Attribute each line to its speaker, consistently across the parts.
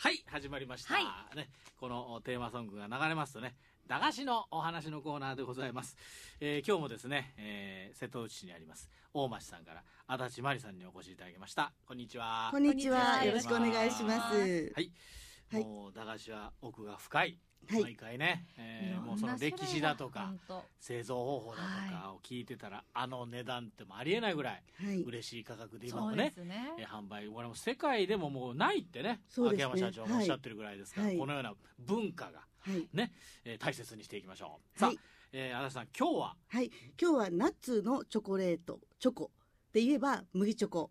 Speaker 1: はい、始まりました。
Speaker 2: は
Speaker 1: ね、このテーマソングが流れますとね、駄菓子のお話のコーナーでございます。えー今日もですね、えー瀬戸内市にあります、大町さんから、足立真理さんにお越しいただきました。こんにちは。
Speaker 3: こんにちは。
Speaker 2: こんにちは
Speaker 3: よろしくお願いします。
Speaker 1: はい。
Speaker 3: はい
Speaker 1: もう、駄菓子は奥が深い。
Speaker 3: はい
Speaker 1: 毎回ね、えー
Speaker 2: いろんな
Speaker 1: もうその歴史だとか
Speaker 2: 種類、が。
Speaker 1: 製造方法だとかを聞いてたら、あの値段ってもありえないぐらい
Speaker 3: はい。
Speaker 1: 嬉しい価格で今
Speaker 2: 本
Speaker 1: も
Speaker 2: 当そ
Speaker 1: ね
Speaker 2: うですね。
Speaker 1: えー販売これも世界でももうないってね
Speaker 3: そうです
Speaker 1: 秋
Speaker 3: ね
Speaker 1: 山社長もおっしゃってるぐらいですから、
Speaker 3: はい
Speaker 1: このような文化が、
Speaker 3: はい。
Speaker 1: ねえー大切にしていきましょう、
Speaker 3: は
Speaker 1: さ
Speaker 3: い
Speaker 1: あ、えー、足立さん今日は
Speaker 3: はい。今日はナッツのチョコレート、チョコ。って言えば麦チョコ。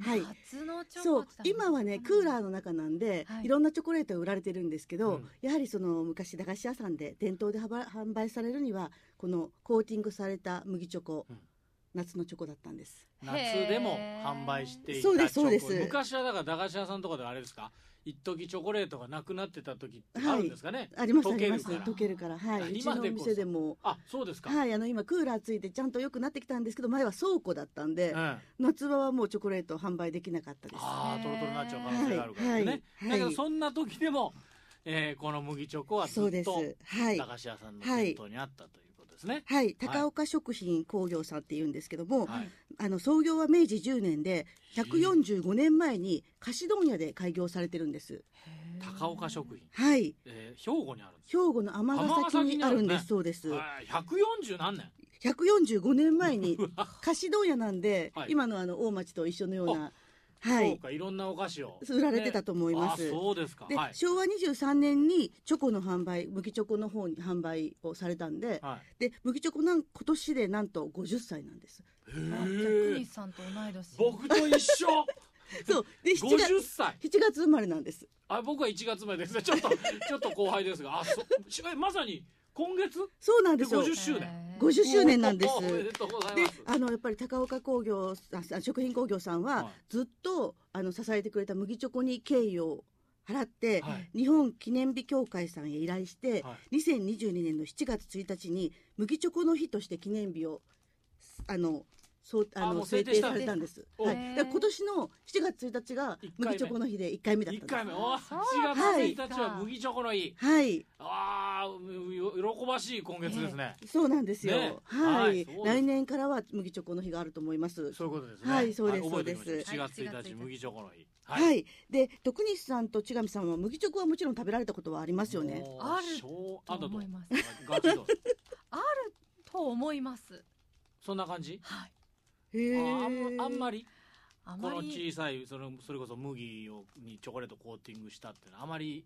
Speaker 3: はい。
Speaker 2: 夏のチョコ
Speaker 3: そ
Speaker 2: っ
Speaker 3: う
Speaker 2: て言ったら。
Speaker 3: 今はねクーラーの中なんで、
Speaker 2: はい
Speaker 3: い、ろんなチョコレートが売られてるんですけど、
Speaker 1: うん
Speaker 3: やはりその昔駄菓子屋さんで伝統で販売販売されるにはこのコーティングされた麦チョコ、
Speaker 1: うん
Speaker 3: 夏のチョコだったんです
Speaker 1: 夏でも販売していた
Speaker 3: そうですそうです
Speaker 1: チョコ昔はだから駄菓子屋さんとかではあれですか一時チョコレートがなくなってた時ってあるんですかね、
Speaker 3: あります
Speaker 1: 溶
Speaker 3: あ
Speaker 1: け
Speaker 3: り
Speaker 1: る
Speaker 3: ます
Speaker 1: から
Speaker 3: 溶けるからは
Speaker 1: あ
Speaker 3: い、うち
Speaker 1: 今
Speaker 3: のお
Speaker 1: でこそ
Speaker 3: 店でも
Speaker 1: あそうですか、
Speaker 3: はいあの今クーラーついてちゃんと良くなってきたんですけど前は倉庫だったんで、
Speaker 1: うん、あ
Speaker 3: 夏場はもうチョコレート販売できなかったです
Speaker 1: あートロトロになっちゃう可能性があるからね、
Speaker 3: はいはいはい
Speaker 1: だけどそんな時でも、えーこの麦チョコはず
Speaker 3: そう
Speaker 1: っ
Speaker 3: です
Speaker 1: と
Speaker 3: はい
Speaker 1: 駄菓子屋さんの店頭にあったということですね、
Speaker 3: はい、高岡食品工業さんっていうんですけども、
Speaker 1: はい
Speaker 3: あの創業は明治10年で145年前に菓子問屋で開業されてるんです。
Speaker 1: 高岡食品、
Speaker 3: はい、
Speaker 1: えー兵庫にあるんです
Speaker 3: 兵庫の尼崎にあるんです。そうです。
Speaker 1: はい140何年
Speaker 3: 145年前に菓子問屋なんで、
Speaker 1: はい
Speaker 3: 今のあの大町と一緒のような、は
Speaker 1: そう
Speaker 3: い、
Speaker 1: かいろんなお菓子を
Speaker 3: 売られてたと思いま
Speaker 1: ね
Speaker 3: す
Speaker 1: あ。そうですか
Speaker 3: で、
Speaker 1: はい、
Speaker 3: 昭和23年にチョコの販売、麦チョコの方に販売をされたんで、
Speaker 1: は
Speaker 3: で麦チョコなん今年でなんと50歳なんです。
Speaker 1: い、
Speaker 2: あじゃあ
Speaker 1: へ
Speaker 2: ク
Speaker 1: え
Speaker 2: ニさんと同い年。
Speaker 1: 僕と一緒
Speaker 3: そう、で7月
Speaker 1: 50歳
Speaker 3: 7月生まれなんです。
Speaker 1: あ僕は1月前ですねちょっと ちょっと後輩ですがあそしえまさに今月
Speaker 3: そうなん
Speaker 1: で
Speaker 3: ですよ。
Speaker 1: 50
Speaker 3: 50,
Speaker 1: 周年
Speaker 2: へー
Speaker 3: 周年なんです
Speaker 1: お。おおめでとうござい
Speaker 3: で
Speaker 1: ます、
Speaker 3: あのやっぱり高岡工業さんあ食品工業さんは、
Speaker 1: はい
Speaker 3: ずっとあの支えてくれた麦チョコに敬意を払って、
Speaker 1: はい
Speaker 3: 日本記念日協会さんへ依頼して、
Speaker 1: は
Speaker 3: 2022年の7月1日に麦チョコの日として記念日をあのそう
Speaker 1: あ
Speaker 3: あ
Speaker 1: もう
Speaker 3: の
Speaker 1: 制
Speaker 3: 制
Speaker 1: 定し
Speaker 3: 定
Speaker 1: た
Speaker 3: さ
Speaker 1: ん
Speaker 3: れ
Speaker 1: です
Speaker 3: たんです。
Speaker 1: お
Speaker 3: は
Speaker 2: へー
Speaker 3: い。で今年の7月1日が
Speaker 1: 一回目
Speaker 3: 麦チョコの日で1回目だったん
Speaker 1: 1
Speaker 3: です。
Speaker 1: 回目お7
Speaker 2: そう
Speaker 1: 月1日は麦チョコの日
Speaker 3: はい。
Speaker 1: ああ喜ばしい今月ですね、
Speaker 3: そうなんですよ。
Speaker 1: ね
Speaker 3: は
Speaker 1: はい
Speaker 3: い
Speaker 1: そうです
Speaker 3: 来年からは麦チョコの日があると思います。
Speaker 1: そういうことですね。
Speaker 3: はいそうです
Speaker 1: 覚えておきましょ
Speaker 3: そうです
Speaker 1: 7月
Speaker 2: は
Speaker 1: 1
Speaker 2: い
Speaker 1: 日、
Speaker 2: 7
Speaker 1: 麦チョコの日。
Speaker 3: はい、で徳西さんと千上さんは麦チョコはもちろん食べられたことはありますよね。
Speaker 1: もう
Speaker 2: ある
Speaker 1: 小あんた
Speaker 2: と
Speaker 1: どう
Speaker 2: 思います
Speaker 1: ガチドン
Speaker 2: と思います。
Speaker 1: そんな感じ
Speaker 2: はい。
Speaker 3: へ
Speaker 1: あ
Speaker 3: え
Speaker 1: んあんまり
Speaker 2: あ
Speaker 1: こ
Speaker 2: ま
Speaker 1: の
Speaker 2: り
Speaker 1: 小さいそれそれこそ麦をにチョコレートコーティングしたっていうのはあまり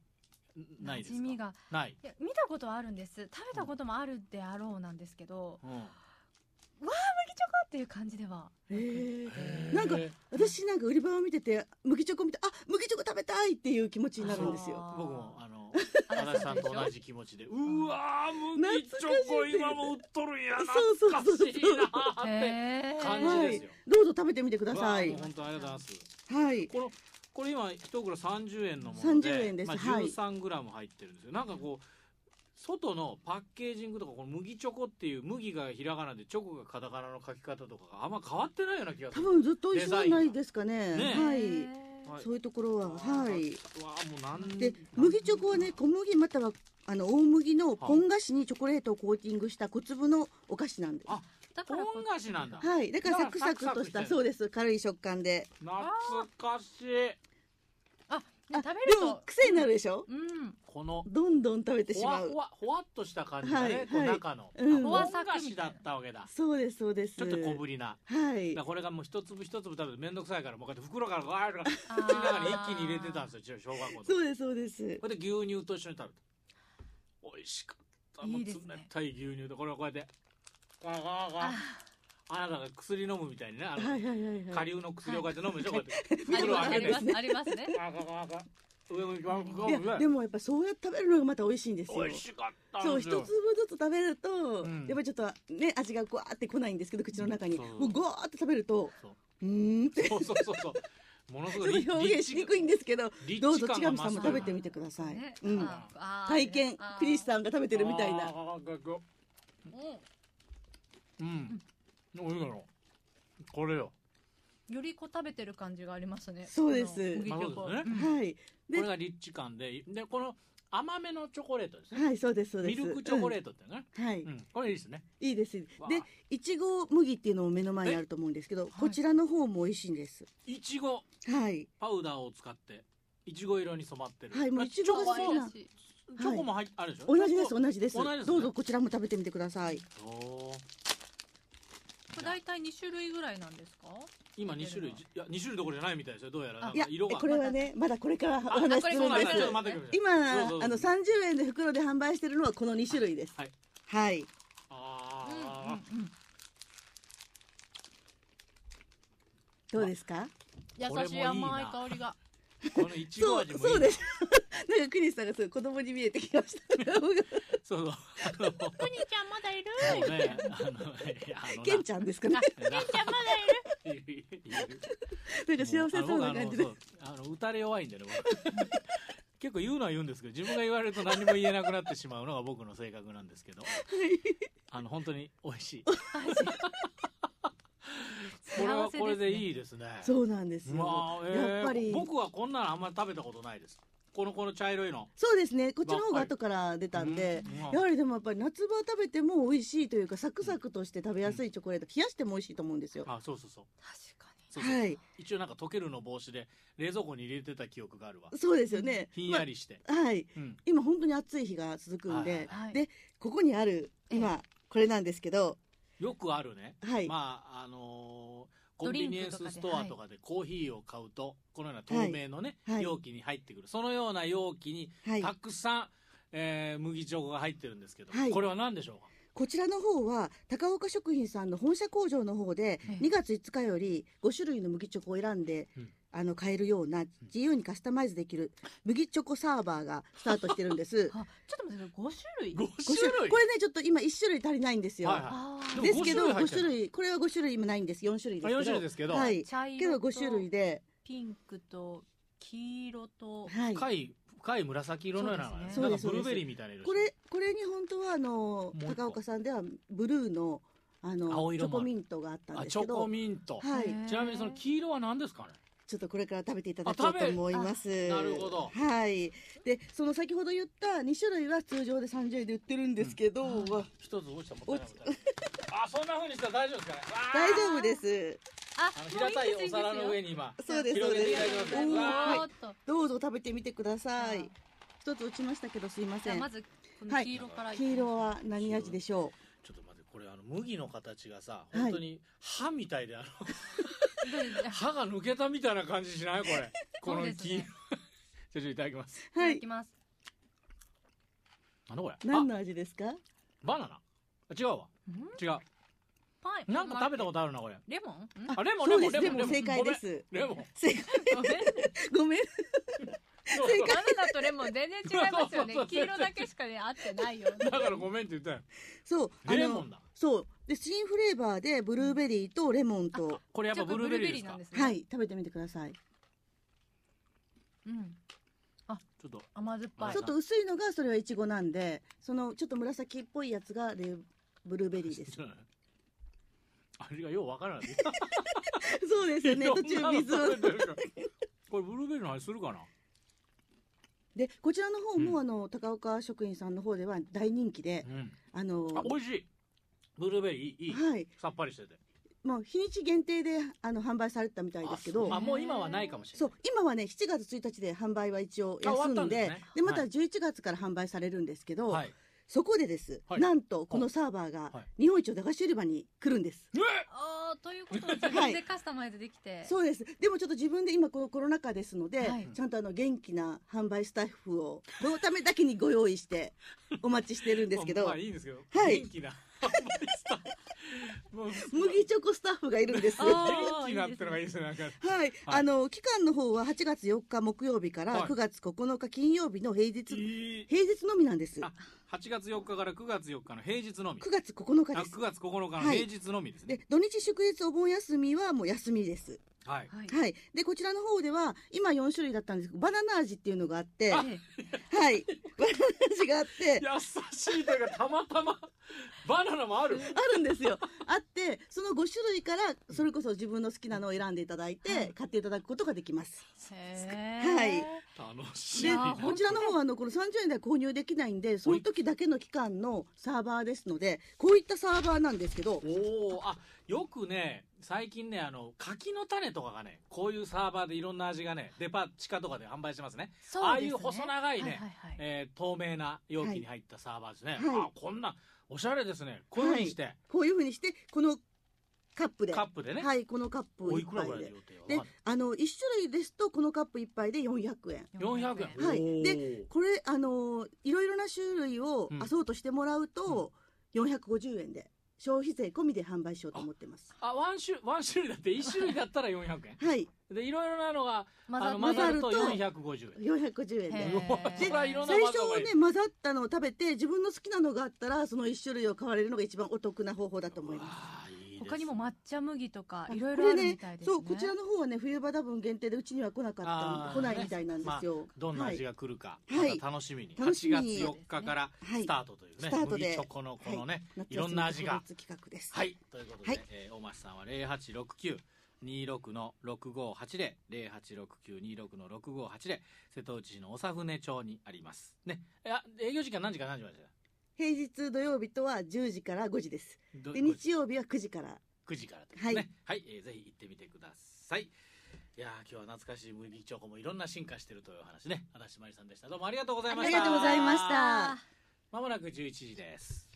Speaker 1: んない
Speaker 2: 馴
Speaker 1: です
Speaker 2: 染み
Speaker 1: か
Speaker 2: が。
Speaker 1: ない、
Speaker 2: いや見たことはあるんです。食べたこともあるであろうなんですけど、
Speaker 1: うん
Speaker 2: 麦チョコっていう感じでは。
Speaker 3: へえ
Speaker 1: へー
Speaker 3: なんか私なんか売り場を見てて麦チョコ見てあ麦チョコ食べたいっていう気持ちになるんですよ。
Speaker 2: あー
Speaker 1: 僕もあの
Speaker 2: あら
Speaker 1: 足立さんと同じ気持ちでうわー麦チョコ今も売っとるんや
Speaker 3: そうそうそう
Speaker 1: 懐かしいな
Speaker 2: そう
Speaker 1: ーっ
Speaker 2: でしょ
Speaker 1: て
Speaker 2: へー
Speaker 1: 感じですよ、
Speaker 3: どうぞ食べてみてくださ
Speaker 1: う
Speaker 3: い
Speaker 1: わーもう。本当ありがとうございます
Speaker 3: はい。
Speaker 1: このこれ今一袋三十円のもので、
Speaker 3: 30円です
Speaker 1: まあ
Speaker 3: はい
Speaker 1: 十三グラム入ってるんですよ。なんかこう外のパッケージングとかこの麦チョコっていう麦がひらがなでチョコがカタカナの書き方とかがあんま変わってないような気がす
Speaker 3: 多
Speaker 1: る。
Speaker 3: 分ずっと一緒じゃないですか
Speaker 1: デ
Speaker 3: ね。
Speaker 1: ザイン
Speaker 3: は
Speaker 2: へ
Speaker 3: い。
Speaker 2: ー
Speaker 1: はい
Speaker 3: そういうところは
Speaker 1: あ
Speaker 3: は
Speaker 1: ー
Speaker 3: い。。
Speaker 1: うわあもうなん
Speaker 3: で麦チョコはね小麦またはあの大麦の
Speaker 1: は
Speaker 3: ポン菓子にチョコレートをコーティングした小粒のお菓子なんです。
Speaker 1: あ
Speaker 2: だ
Speaker 1: ポ
Speaker 2: からこ
Speaker 1: ン菓子なんだ。
Speaker 3: はい、だから
Speaker 1: だ
Speaker 3: サ
Speaker 1: か
Speaker 3: ク
Speaker 1: らサ
Speaker 3: サ
Speaker 1: クサク
Speaker 3: クと
Speaker 1: し
Speaker 3: してた
Speaker 1: る
Speaker 3: そうです軽い食感で
Speaker 1: 懐かしい。
Speaker 2: あ、ね食べる
Speaker 3: でも
Speaker 2: と。
Speaker 3: 癖になるでしょ
Speaker 2: うん。
Speaker 1: この
Speaker 3: どんどん食べてし
Speaker 1: ほわ
Speaker 3: ま
Speaker 1: ほ
Speaker 3: う
Speaker 1: わほわっとした感じが
Speaker 3: は
Speaker 1: ね
Speaker 3: い、
Speaker 1: こう
Speaker 3: はい
Speaker 1: 中の。
Speaker 3: うん
Speaker 1: あポン菓子だったわけだ。
Speaker 3: そうですそうです
Speaker 1: ちょっと小ぶりな。
Speaker 3: は
Speaker 1: だ
Speaker 3: い
Speaker 1: からこれがもう一粒一粒食べてめんどくさいからもうこうやって袋からわーっと
Speaker 2: あ
Speaker 1: 口の中に一気に入れてたんですよ小学校の時
Speaker 3: そうですそうです
Speaker 1: これで牛乳と一緒に食べた美味しかったもう
Speaker 2: い
Speaker 1: 冷
Speaker 2: いですね
Speaker 1: たい牛乳でこれをこうやってガーガーガー
Speaker 2: あ
Speaker 1: あなたが薬飲むみたいにねあ
Speaker 3: はい
Speaker 1: の、
Speaker 3: はいはいは
Speaker 1: 下
Speaker 3: い
Speaker 1: 流の薬をこうやって飲むでしょこうやって
Speaker 2: あり
Speaker 1: 袋を
Speaker 2: ますあ
Speaker 1: 開け
Speaker 2: り
Speaker 1: て
Speaker 2: ますありますね。
Speaker 1: ガーガーガーガー上向きガーガ
Speaker 3: い
Speaker 1: ーガ
Speaker 3: や
Speaker 1: ー
Speaker 3: でもやっぱそうやって食べるのがまた美味しいんですよ
Speaker 1: 美味しかった
Speaker 3: そ
Speaker 1: ん
Speaker 3: う
Speaker 1: です
Speaker 3: 一
Speaker 1: よ
Speaker 3: 粒ずつ食べると、
Speaker 1: うん
Speaker 3: やっぱりちょっとね味がわーってこないんですけど口の中に、
Speaker 1: そう
Speaker 3: もうゴーって食べると
Speaker 1: そう
Speaker 3: うーんって
Speaker 1: そうそうそうそうものすごいリ
Speaker 3: 表現しにくいんですけど
Speaker 1: リッチ
Speaker 3: どうぞ千
Speaker 1: 感
Speaker 3: 上
Speaker 1: が増
Speaker 3: さんも
Speaker 1: す
Speaker 3: 食べてみてください、
Speaker 2: ね
Speaker 3: うん、
Speaker 2: ああ
Speaker 3: 体験
Speaker 2: あ
Speaker 3: クリスさんが食べてるみたい
Speaker 1: あー
Speaker 3: な
Speaker 1: ガーガーガーう
Speaker 2: うん
Speaker 1: ん。おいしいだろ。これよ。
Speaker 2: よりこう食べてる感じがありますね。
Speaker 3: そうです
Speaker 2: この麦チョコ
Speaker 1: なるほど
Speaker 2: うん
Speaker 3: はい。
Speaker 1: これがリッチ感ででこの甘めのチョコレートですね、
Speaker 3: はい、そうです、そうです。
Speaker 1: ミルクチョコレートってね、
Speaker 3: うん。はい、
Speaker 1: うんこれいいですね
Speaker 3: いいです。で
Speaker 1: わあ、
Speaker 3: いちご麦っていうのも目の前にあると思うんですけど、
Speaker 2: い
Speaker 3: こちらの方も美味しいんです。
Speaker 1: いちご
Speaker 3: はい。
Speaker 1: パウダーを使っていちご色に染まってる、
Speaker 3: はいもう
Speaker 1: あチョコ
Speaker 3: いちごが好きな
Speaker 1: もチョコも入っあるでしょ
Speaker 3: 同じです、
Speaker 1: チョコ
Speaker 3: 同じです。
Speaker 1: 同じですね
Speaker 3: どうぞこちらも食べてみてください。
Speaker 1: おー
Speaker 2: これ大体二種類ぐらいなんですか？
Speaker 1: 今2種類じいや2種類どころじゃないみたいですよどうやらなん
Speaker 2: あ
Speaker 1: か
Speaker 3: いや、
Speaker 1: 色が
Speaker 3: これはね、まだこれからお
Speaker 1: あ
Speaker 3: 話しする
Speaker 1: そうんなん
Speaker 3: で
Speaker 1: ですすちょっと待ってください
Speaker 3: 今、
Speaker 1: どうぞどうぞ
Speaker 3: あの三十円で袋で販売してるのはこの二種類です。
Speaker 1: はい。
Speaker 3: はい。
Speaker 1: あ
Speaker 2: うんうん
Speaker 1: ー、
Speaker 2: うん。
Speaker 3: どうですか。
Speaker 1: これ
Speaker 2: 優
Speaker 1: も
Speaker 2: し
Speaker 1: いい
Speaker 2: い
Speaker 1: な
Speaker 2: 甘い香 りが。
Speaker 1: このいちご
Speaker 3: そう、
Speaker 1: 味もいい
Speaker 3: そうです。 なんかクリスさんがすごい子供に見えてきました。
Speaker 1: そうそう
Speaker 2: くにちゃんまだいる？
Speaker 1: あのもうねあのいやあのな
Speaker 3: ケンちゃんですかね。
Speaker 2: くにちゃんまだいる？
Speaker 1: いるいるいる
Speaker 3: なんか幸せそうな感じで
Speaker 1: もう。あの僕あのそうあの打たれ弱いんでね僕 結構言うのは言うんですけど自分が言われると何も言えなくなってしまうのが僕の性格なんですけどあの本当に美味しい これはこれでい
Speaker 2: い。
Speaker 1: いですね
Speaker 3: そうなんですよ。
Speaker 1: まあ、えー
Speaker 3: やっぱり。
Speaker 1: 僕はこんなのあんまり食べたことないですこのこの茶色いの
Speaker 3: そうですね。こっちの方が後から出たんで。
Speaker 1: うんうん
Speaker 3: やはりでもやっぱり夏場食べても美味しいというかサクサクとして食べやすいチョコレート冷やしても美味しいと思うんですよ。
Speaker 1: あそうそうそう
Speaker 2: 確か
Speaker 1: そうそう
Speaker 3: はい、
Speaker 1: 一応なんか溶けるの帽子で冷蔵庫に入れてた記憶があるわ
Speaker 3: そうですよね。
Speaker 1: ひんやりして、
Speaker 3: まあはい、
Speaker 1: うん
Speaker 3: 今本当に暑い日が続くん
Speaker 1: はいはい
Speaker 3: で、
Speaker 2: に。はい。
Speaker 3: でここにある今これなんですけど、
Speaker 1: よくあるね
Speaker 3: はい、
Speaker 1: まああのーコ
Speaker 2: ド
Speaker 1: ン
Speaker 2: リ
Speaker 1: ビ
Speaker 2: ン
Speaker 1: ニエ
Speaker 2: ク
Speaker 1: ン
Speaker 2: とか
Speaker 1: スス
Speaker 2: で
Speaker 1: トア
Speaker 2: はい
Speaker 1: とかでコーヒーを買うとこのような透明のね、
Speaker 3: はいはい
Speaker 1: 容器に入ってくるそのような容器に
Speaker 3: はい、
Speaker 1: たくさん、えー麦チョコが入ってるんですけど、
Speaker 3: はい
Speaker 1: これは何でしょうか
Speaker 3: こちらの方は高岡食品さんの本社工場の方で
Speaker 2: ええ
Speaker 3: 2月5日より5種類の麦チョコを選んで、
Speaker 1: うん
Speaker 3: あの買えるような自由にカスタマイズできる麦チョコサーバーがスタートしてる んです
Speaker 2: あ、ちょっと待ってください、五種類。
Speaker 1: 5
Speaker 3: 五
Speaker 1: 種類
Speaker 3: これねちょっと今1種類足りないんですよ、
Speaker 1: はいは
Speaker 2: あ
Speaker 1: で
Speaker 2: あ。
Speaker 1: も
Speaker 3: ですけど
Speaker 1: 5
Speaker 3: 5
Speaker 1: 種
Speaker 3: 種
Speaker 1: 類
Speaker 3: 類これは5種類今ないんです4種類ですけど
Speaker 1: 4種類ですけど、
Speaker 3: はい
Speaker 2: 茶色
Speaker 3: けど
Speaker 2: と
Speaker 3: 5種類で、
Speaker 2: ピンクと黄色と。
Speaker 3: はい、
Speaker 1: 深い深い紫色のようなのがね
Speaker 2: そう
Speaker 1: な
Speaker 3: で
Speaker 1: ん
Speaker 3: す
Speaker 1: かブ
Speaker 3: ね
Speaker 1: ルーベリーみたいな色
Speaker 3: これこれに本当はあの
Speaker 1: う一個
Speaker 3: 高岡さんではブルーのあ
Speaker 1: 青
Speaker 3: のチ
Speaker 1: 色もあ
Speaker 3: ョコ
Speaker 1: る
Speaker 3: ミントがあったん
Speaker 1: あ
Speaker 3: です
Speaker 1: チ
Speaker 3: け
Speaker 1: ョコ
Speaker 3: ど
Speaker 1: ミント、
Speaker 3: はい
Speaker 2: へー
Speaker 1: ちなみにその黄色は何ですかね
Speaker 3: ちょっとこれから食べていただこうと思い
Speaker 1: あ
Speaker 3: ます。
Speaker 1: 食べなるほど
Speaker 3: はい。で、その先ほど言った2種類は通常で30円で売ってるんですけど、
Speaker 2: うん
Speaker 3: わ
Speaker 1: 一つ落ちたもったいないみたいなあそんな風にしたら大丈夫ですかねわー
Speaker 3: 大丈夫です。
Speaker 2: あ
Speaker 1: あの、
Speaker 2: もう
Speaker 1: 平
Speaker 2: い
Speaker 1: たい
Speaker 2: い
Speaker 1: お
Speaker 2: です
Speaker 1: 皿の上
Speaker 2: に。
Speaker 1: に今
Speaker 3: そうです、そう
Speaker 1: 広げて
Speaker 3: で
Speaker 1: いただき
Speaker 3: す。
Speaker 1: ますね
Speaker 3: おー
Speaker 1: わー
Speaker 3: はい
Speaker 2: っと。
Speaker 3: どうぞ食べてみてくださ
Speaker 2: はい
Speaker 3: い。一つ落ちましたけどすいま
Speaker 2: じ
Speaker 3: せ
Speaker 2: ゃあ
Speaker 3: ん。
Speaker 2: まずこの黄色からいきます
Speaker 3: 黄色は何味でしょ
Speaker 1: ちょっと待ってこれあの麦の形がさ
Speaker 3: い
Speaker 1: 本当に歯みたい で、あ
Speaker 2: どれ
Speaker 1: の歯が抜けたみたいな感じしないこ れこ
Speaker 2: そう
Speaker 1: の
Speaker 2: です
Speaker 1: 黄色、
Speaker 2: ね
Speaker 1: ちょっといただきます
Speaker 3: う。
Speaker 2: は
Speaker 3: はい
Speaker 2: ただ
Speaker 3: い
Speaker 2: き。ます
Speaker 1: なんだこれ
Speaker 3: 何
Speaker 1: あ
Speaker 3: の味ですか
Speaker 1: バナナあ違うわ
Speaker 2: ん
Speaker 1: 違う
Speaker 2: パイ
Speaker 1: なんか食べたことあるなこれ
Speaker 2: レモンん
Speaker 1: あレモン
Speaker 3: そ
Speaker 1: レ
Speaker 3: う
Speaker 1: モンレモンレ
Speaker 3: です、で
Speaker 1: モ
Speaker 3: も
Speaker 1: ン
Speaker 3: 正解です。
Speaker 1: ごめんレモン
Speaker 3: 正解。
Speaker 2: ごめん
Speaker 3: ごめん。
Speaker 1: そう
Speaker 3: 正
Speaker 2: バナナとレモン全然違いますよね
Speaker 1: そうそうそう
Speaker 2: 黄色だけしかね合ってないよ
Speaker 1: だからごめんって言ったよ
Speaker 3: そう、あ
Speaker 1: レモ
Speaker 3: の
Speaker 1: ン、だ
Speaker 3: そう。で、新フレーバーでブルーベリーとレモンと、
Speaker 1: これやっぱ
Speaker 2: ちょ
Speaker 1: ブ
Speaker 2: っと
Speaker 1: ルーベリーです
Speaker 2: な
Speaker 1: か
Speaker 2: んですね
Speaker 3: はい、食べてみてください。
Speaker 2: うん
Speaker 1: ちょっと
Speaker 2: 甘酸っぱい
Speaker 3: ちょっと薄いのがそれはイチゴなんで、そのちょっと紫っぽいやつがレブルーベリーです。
Speaker 1: ちょっと味がようわからない
Speaker 3: そうですよね。 途中水を。
Speaker 1: これブルーベリーの味するかな
Speaker 3: で、こちらの方
Speaker 1: う
Speaker 3: も、
Speaker 1: ん
Speaker 3: あの高岡食品さんの方では大人気で、
Speaker 1: うん
Speaker 3: あの
Speaker 1: あ美味しいブルーベリーいいいい
Speaker 3: はい、
Speaker 1: さっぱりしてて
Speaker 3: もう日にち限定であの販売されてたみたいですけど
Speaker 1: あ、もう今はないかもしれ
Speaker 3: そ
Speaker 1: ないう
Speaker 3: 今はね7月1日で販売は一応
Speaker 1: あ終わっ
Speaker 3: 休
Speaker 1: たん
Speaker 3: んで、
Speaker 1: です
Speaker 3: で
Speaker 1: ね
Speaker 3: また
Speaker 1: はい
Speaker 3: 11月から販売されるんですけど、
Speaker 1: はい
Speaker 3: そこでです、
Speaker 1: はい
Speaker 3: なんとこのサーバー
Speaker 1: は
Speaker 3: が
Speaker 1: い
Speaker 3: 日本一の駄菓子売り場に来るんです。
Speaker 1: え
Speaker 2: あーということで自分でカスタマイズできて
Speaker 3: そうです。でもちょっと自分で今このコロナ禍ですので、
Speaker 2: はい
Speaker 3: ちゃんとあの元気な販売スタッフをこのためだけにご用 意してお待ちしてるんですけど、
Speaker 1: まあいいんですけど、
Speaker 3: はい
Speaker 1: 元気な あんまりさもう
Speaker 3: 麦チョコスタッフがいるんです。は
Speaker 2: あ
Speaker 1: 元気なってのがいいですねなんか
Speaker 3: い、あの期間の方は8月4日木曜日か
Speaker 1: はい
Speaker 3: ら9月9日金曜日の平日、
Speaker 1: いい
Speaker 3: 平日のみなんです。
Speaker 1: あ
Speaker 3: 9
Speaker 1: 8月4日から9月4日の平日のみ
Speaker 3: 月9
Speaker 1: あ
Speaker 3: 日です
Speaker 1: 9。月9日の
Speaker 3: はい
Speaker 1: 平日のみですね
Speaker 3: で土日祝日お盆休みはもう休みです。
Speaker 1: はい、
Speaker 2: はい
Speaker 3: はい。でこちらの方では今4種類だったんですけどバナナ味っていうのが あって、
Speaker 1: あ
Speaker 3: はい。バナナ味があって、
Speaker 1: 優しいというかたまたまバナナもある
Speaker 3: あるんですよ。あって、その5種類から、それこそ自分の好きなのを選んでいただい
Speaker 2: は
Speaker 3: て、買っていただくことができます。
Speaker 2: へ
Speaker 1: 楽
Speaker 2: い
Speaker 1: しい
Speaker 3: で、
Speaker 2: や
Speaker 1: な
Speaker 2: ー
Speaker 3: こちらの方は、あの、この30円では購入できないんで、その時だけの期間のサーバーですので、こういったサーバーなんですけど、
Speaker 1: おおあよくね最近ねあの柿の種とかがねこういうサーバーでいろんな味がねデパ地下とかで販売してますね
Speaker 2: そ
Speaker 1: ああ
Speaker 2: うですね
Speaker 1: いう細長いね
Speaker 2: はいはいはい
Speaker 1: えー透明な容器に入ったサーバーですね、
Speaker 3: はい
Speaker 1: あこんなおしゃれですねこういうふうにして、
Speaker 3: こういうふうにして、このカップで。
Speaker 1: カップでね、
Speaker 3: はい、このカップ
Speaker 1: おい
Speaker 3: 一
Speaker 1: くら
Speaker 3: 杯
Speaker 1: ぐらいで
Speaker 3: で。
Speaker 1: 予定は
Speaker 3: で
Speaker 1: わかんない、
Speaker 3: あの、1種類ですと、このカップ一杯で400円。
Speaker 1: 400円。
Speaker 3: はい
Speaker 1: おー
Speaker 3: これ、あのーいろいろな種類を
Speaker 1: うん
Speaker 3: あそうとしてもらうと、450円で、消費税込みで販売しようと思ってます。
Speaker 1: あ、ワン種、ワン種類だって、一種類だったら400円。
Speaker 3: はい、
Speaker 1: で、いろいろなのが、
Speaker 2: 混
Speaker 1: あの、
Speaker 3: 混
Speaker 1: 混
Speaker 3: ざ
Speaker 1: ざ
Speaker 3: る
Speaker 1: る
Speaker 3: と
Speaker 1: と450円。
Speaker 3: 450円
Speaker 2: へ
Speaker 3: で
Speaker 2: ー。
Speaker 1: うわそれはいろんな
Speaker 3: 最
Speaker 1: 技
Speaker 3: 初
Speaker 1: が
Speaker 3: はい
Speaker 1: る
Speaker 3: ね、混ざったのを食べて、自分の好きなのがあったら、その1種類を買われるのが一番お得な方法だと思います。
Speaker 1: わあいいです
Speaker 2: 他にも抹茶麦とか
Speaker 3: あ
Speaker 2: いろいろあるみ
Speaker 3: こ
Speaker 2: たい
Speaker 3: れ
Speaker 2: ですね。
Speaker 3: そう、こちらの方はね、冬場多分限定でうちには来なかった
Speaker 1: あー
Speaker 3: ん、来ないみたいなんですよ。
Speaker 1: どんな味
Speaker 3: が、
Speaker 1: が来るか、
Speaker 3: は
Speaker 1: ま
Speaker 3: い
Speaker 1: た楽しみに。
Speaker 3: 楽しみに
Speaker 1: 8月4日から
Speaker 3: は
Speaker 1: ス
Speaker 3: い
Speaker 1: タ、ートというね、
Speaker 3: スタートで
Speaker 1: 麦チョコのこのね、
Speaker 3: 夏休み
Speaker 1: いろんな味が
Speaker 3: 特別企画です。
Speaker 1: はい、ということで、
Speaker 3: はい
Speaker 1: えー大町さんは0869 26の6580、086926の6580、瀬戸内市の長船町にあります。ね。えあ営業時間何時から何時までで
Speaker 3: 平日土曜日とは10時から5時です。
Speaker 1: したど
Speaker 3: で、日曜日は9時から。
Speaker 1: 9時からということですね。はい、えーぜひ行ってみてください。いやー今日は懐かしい麦チョコもいろんな進化してるというお話ね。足立真理さんでした。どうもありがとうございました。
Speaker 3: ありがとうございました
Speaker 1: まもなく11時です。